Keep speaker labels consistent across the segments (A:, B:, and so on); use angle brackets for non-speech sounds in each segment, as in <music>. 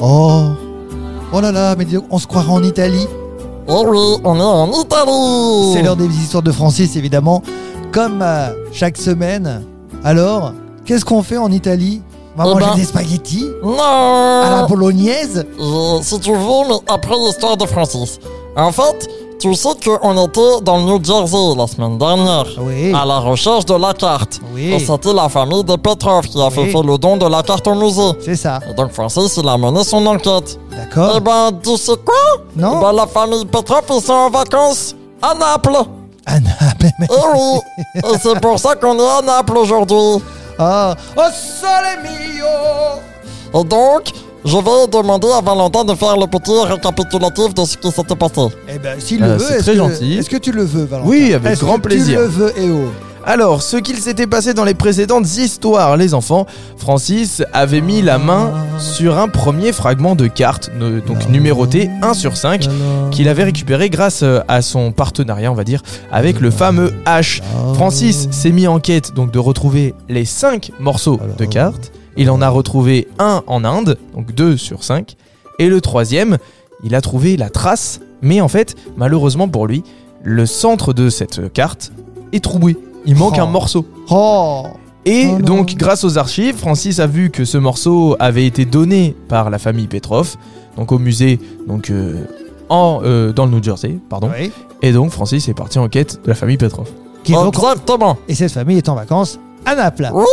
A: Oh Oh là là, mais dis donc, on se croirait en Italie.
B: Eh oui, on est en Italie
C: Oh.
A: C'est l'heure des histoires de Francis, évidemment. Comme euh, chaque semaine. Alors, qu'est-ce qu'on fait en Italie On va
B: Eh
A: manger
B: ben-
A: des spaghettis
B: Non
A: à la bolognaise
B: Euh, Si tu veux, mais après l'histoire de Francis. En fait, tu sais qu'on était dans le New Jersey la semaine dernière.
A: Ah Oui.
C: Ah.
B: À la recherche de la carte.
A: Oui.
B: Et c'était la famille de Petrov qui a fait
A: Oui.
B: faire le don de la carte au musée.
A: C'est ça.
B: Et donc Francis, il a mené son enquête. Eh
A: D'accord
B: ben, tu sais quoi
A: Oh. Non.
B: Eh ben, la famille Petrov, ils sont en vacances à Naples.
A: Ah, non, mais- mais-
C: Oh.
B: Eh
A: <laughs>
B: oui Et c'est pour ça qu'on est à Naples aujourd'hui.
A: Ah. Oh, sole mio
B: Et donc, je vais demander à Valentin de faire le petit récapitulatif de ce qui s'était passé.
A: Eh ben, s'il le
C: Euh,
A: veut,
C: c'est
A: est-ce
C: très
A: que-
C: gentil.
A: Est-ce que tu le veux, Valentin
C: Oui, avec
A: Est-ce
C: grand
A: que
C: plaisir.
A: Tu le veux, et oh.
C: Alors, ce qu'il s'était passé dans les précédentes histoires, les enfants, Francis avait mis la main sur un premier fragment de carte, ne- donc numéroté 1 sur
A: Euh.
C: 5, qu'il avait récupéré grâce euh, à son partenariat, on va dire, avec le fameux H.
A: Oh.
C: Francis s'est mis en quête donc de retrouver les 5 morceaux
A: euh,
C: de carte. Il en a retrouvé un en Inde, donc 2 sur 5. Et le troisième, il a trouvé la trace, mais en fait, malheureusement pour lui, le centre de cette carte est troué. Il manque
A: Oh.
C: un morceau.
A: Oh
C: Et
A: Oh non.
C: donc, grâce aux archives, Francis a vu que ce morceau avait été donné par la famille Petrov, donc au musée, donc euh, en, euh, dans le New Jersey, pardon.
A: Oui.
C: Et donc, Francis est parti en quête de la famille Petrov.
A: Qui
C: Oh,
A: est donc-
B: Exactement.
A: Et cette famille est en vacances à Naples,
B: Oui.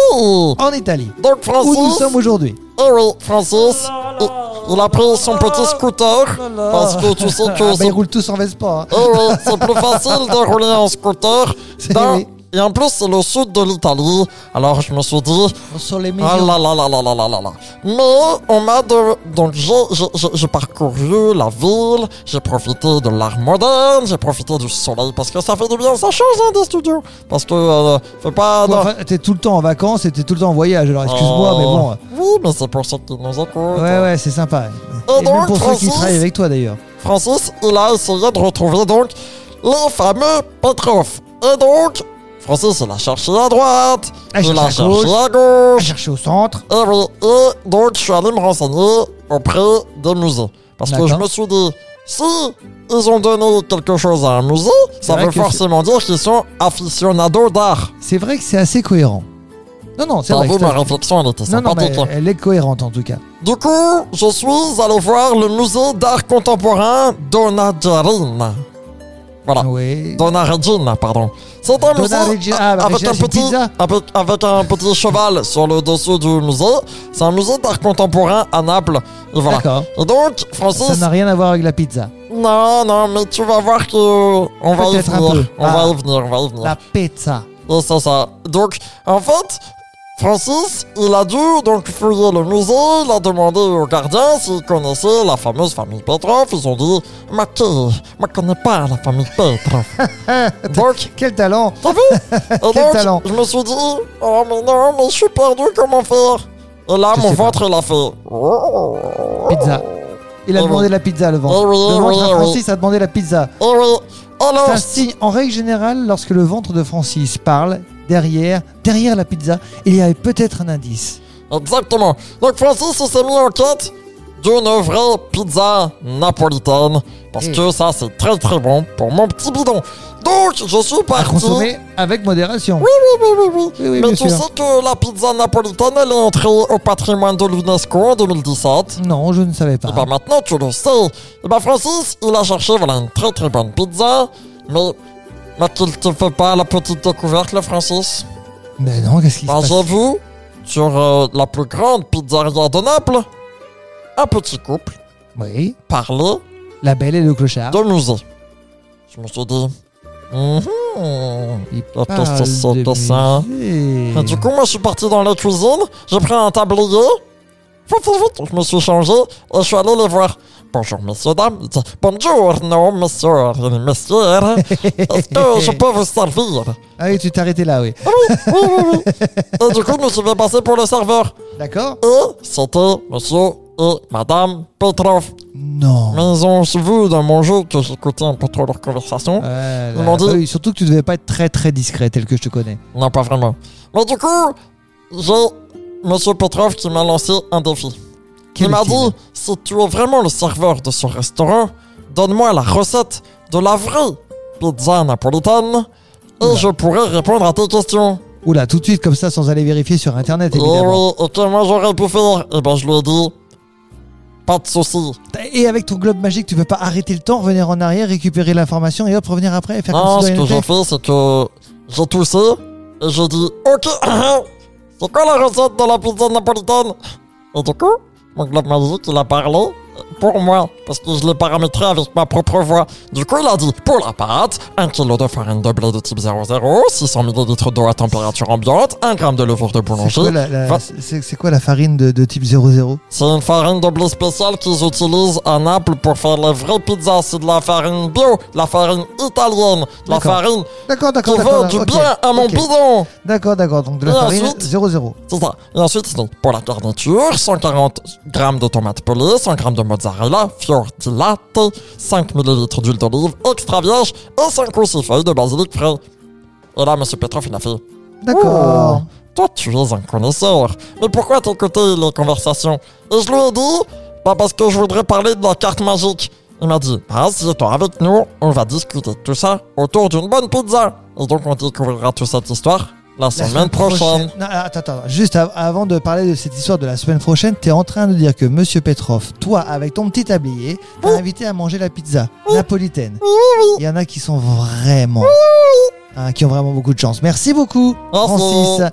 A: en Italie,
B: Donc
A: où nous
B: Francis,
A: sommes aujourd'hui.
B: eh oui, Francis, il, il a pris son petit scooter parce que tu sais
A: Oh Ah
B: que
A: bah,
B: c'est
A: ils roulent tous en Vespa. hein.
B: eh oui, c'est plus facile de rouler en scooter.
A: C'est-
B: dans-
A: Eh oui.
B: Et en plus, c'est le sud de l'Italie. Alors je me suis dit,
A: On sont les
B: Ah
A: meilleurs.
B: là là là là là là là là. Mais on m'a de... Donc j'ai, j'ai, j'ai- j'ai parcouru la ville, j'ai profité de l'art moderne, j'ai profité du soleil, parce que ça fait du bien, ça change hein, des studios. Parce que... Euh, faut pas...
A: Quoi,
B: non.
A: enfin, t'es tout le temps en vacances et t'es tout le temps en voyage, alors excuse-moi,
B: Oh.
A: mais bon. euh.
B: Oui, mais c'est pour ceux qui nous écoutent.
A: Ouais, ouais, c'est sympa.
B: Oh,
A: et même
B: donc,
A: pour ceux qui
B: Francis
A: travaillent avec toi d'ailleurs.
B: Francis, il a essayé de retrouver donc les fameux Petrov. Et donc, Francis, il a cherché à droite,
A: Ah,
B: il a
A: cherché à Ah,
B: cherché à
A: À
B: gauche,
A: chercher au centre.
B: Eh oui, et donc je suis allé me renseigner auprès des musées. Parce que
A: D'accord.
B: je me suis dit, si ils ont donné quelque chose à un musée, ça
C: vrai
B: veut
C: que
B: forcément dire qu'ils sont aficionados d'art.
A: C'est vrai que c'est assez cohérent. Non, non, c'est vrai.
B: Bravo,
A: que
B: ma
A: c'est-
B: réflexion, elle était
A: Non, non, mais euh,
B: sympathique.
A: elle est cohérente en tout cas.
B: Du coup, je suis allé voir le musée d'art contemporain Donaggio. Voilà.
A: Ah Oui.
B: Donna Regina, pardon. C'est un
A: Donna
B: musée
A: Regina,
B: a-
A: ah, bah,
B: avec,
A: Regina,
B: un
A: c'est
B: petit,
A: pizza.
B: avec, avec un petit cheval sur le dessus du musée. C'est un musée d'art contemporain à Naples. Et voilà.
A: D'accord.
B: Et donc,
A: Ça
B: Francis,
A: n'a rien à voir avec la pizza.
B: non, non, mais tu vas voir que on va y
A: Peut-être un
B: venir.
A: peu.
B: On
A: Ah.
B: va y venir, on va y venir.
A: La pizza.
B: Et c'est ça. Donc, en fait, Francis, il a dû donc fouiller le musée, il a demandé aux gardiens s'ils connaissaient la fameuse famille Petrov. Ils ont dit, mais qui Moi, je connais pas la famille Petrov.
A: <laughs>
B: donc,
A: Quel talent <laughs>
B: T'as vu Et donc,
A: talent.
B: Je me suis dit, oh mais non, mais je suis perdu, comment faire Et là,
A: Je
B: mon
A: sais pas.
B: ventre, il a fait.
A: Pizza. Il a
B: Oh.
A: demandé la pizza, le ventre.
B: Oh oui,
A: le
B: oh
A: ventre
B: oui,
A: à
B: oh oui.
A: Francis a demandé la pizza.
B: Eh oui. Alors,
A: C'est un signe, en règle générale, lorsque le ventre de Francis parle, derrière, derrière la pizza, il y avait peut-être un indice.
B: exactement. Donc, Francis, il s'est mis en quête d'une vraie pizza napolitaine. Parce
A: Eh.
B: que ça, c'est très très bon pour mon petit bidon. Donc, je suis
A: À
B: parti.
A: consommer avec modération.
B: Oui, oui, oui.
A: Oui, oui,
B: mais
A: bien
B: tu
A: sûr.
B: sais que la pizza napolitaine, elle est entrée au patrimoine de l'UNESCO en 2017.
A: Non, je ne savais
B: Et bah
A: pas.
B: maintenant tu le sais. Et bah Francis, il a cherché voilà une très très bonne pizza, mais mais qu'il te fait pas la petite découverte le Francis.
A: Mais non, qu'est-ce qui se
B: Bah
A: passe
B: j'ai vu sur euh, la plus grande pizzeria de Naples un petit couple
A: Oui,
B: parler
A: la belle et le clochard.
B: de musée. Je me suis dit. mhm.
A: Il
B: Attends,
A: parle
B: ça, ça,
A: de
B: ça, ça.
A: musée.
B: Et du coup, moi, je suis parti dans la cuisine, j'ai pris un tablier, Fout, fout, fout, je me suis changé et je suis allé les voir. Bonjour, messieurs, dames. Ils disent, Bonjour, non, messieurs et messieurs. Est-ce que je peux vous servir
A: Ah oui, tu t'es arrêté là,
B: Oh.
A: oui.
B: Oui, oui, oui. Et du coup, je me suis fait passer pour le serveur.
A: D'accord
B: Et c'était monsieur et madame Petrov.
A: Non.
B: Mais ils ont vu dans mon jeu que j'écoutais un peu trop leur conversation.
A: Ouais,
B: Ils
A: là,
B: m'ont dit-
A: bah oui, surtout que tu devais pas être très très discret tel que je te connais.
B: Non, pas vraiment. Mais du coup, j'ai monsieur Petrov qui m'a lancé un défi.
A: Quel
B: Il m'a
A: est-il
B: dit si tu es vraiment le serveur de ce restaurant, donne-moi la recette de la vraie pizza napolitaine et
A: Oula.
B: je pourrai répondre à tes questions.
A: Oula, tout de suite comme ça sans aller vérifier sur internet
B: Et
A: évidemment.
B: Eh oui, et comment j'aurais pu faire Eh ben, je lui ai dit pas de soucis.
A: Et avec ton globe magique, tu peux pas arrêter le temps, revenir en arrière, récupérer l'information et hop, revenir après et faire
B: Non,
A: comme si
B: ce
A: de
B: que
A: rien
B: j'ai
A: n'était
B: fait, c'est que j'ai toussé et j'ai dit Ok, <laughs> c'est quoi la recette de la pizza napolitaine Et du coup, mon globe magique, il a parlé pour moi, parce que je l'ai paramétré avec ma propre voix. Du coup, il a dit Pour la pâte, 1 kg de farine de blé de type 00, 600 ml d'eau à température ambiante, 1 g de levure de
A: C'est quoi
B: boulanger.
A: la, la-
B: Va-
A: c'est- c'est quoi la farine de, de type 00
B: C'est une farine de blé spéciale qu'ils utilisent à Naples pour faire les vraies pizzas. C'est de la farine bio, la farine italienne, la
A: D'accord.
B: farine
A: D'accord,
B: qui
A: d'accord, d'accord.
B: veut du
A: ok,
B: bien à mon
A: ok.
B: bidon.
A: D'accord, d'accord. Donc de la
B: Et
A: farine
B: ensuite
A: 00.
B: C'est ça. Et ensuite, c'est donc pour la garniture, 140 g de tomates pelées, 100 g de mozzarella, fior di latte, 5 ml d'huile d'olive extra vierge et 5 ou 6 feuilles de basilic frais. Et là, Monsieur Petrov, il a fait
A: D'accord.
B: Oh, Toi, tu es un connaisseur. Mais pourquoi t'écouter les conversations Et je lui ai dit Bah, parce que je voudrais parler de la carte magique. Il m'a dit Ah, si toi avec nous, on va discuter de tout ça autour d'une bonne pizza. Et donc, on découvrira toute cette histoire la
A: La
B: semaine prochaine.
A: Non, attends, attends. Juste av- avant de parler de cette histoire de la semaine prochaine, t'es en train de dire que Monsieur Petrov, toi, avec ton petit tablier, t'as
B: Oui.
A: invité à manger la pizza napolitaine. Il y en a qui sont vraiment. hein, qui ont vraiment beaucoup de chance. Merci beaucoup,
B: Au revoir.
A: Francis.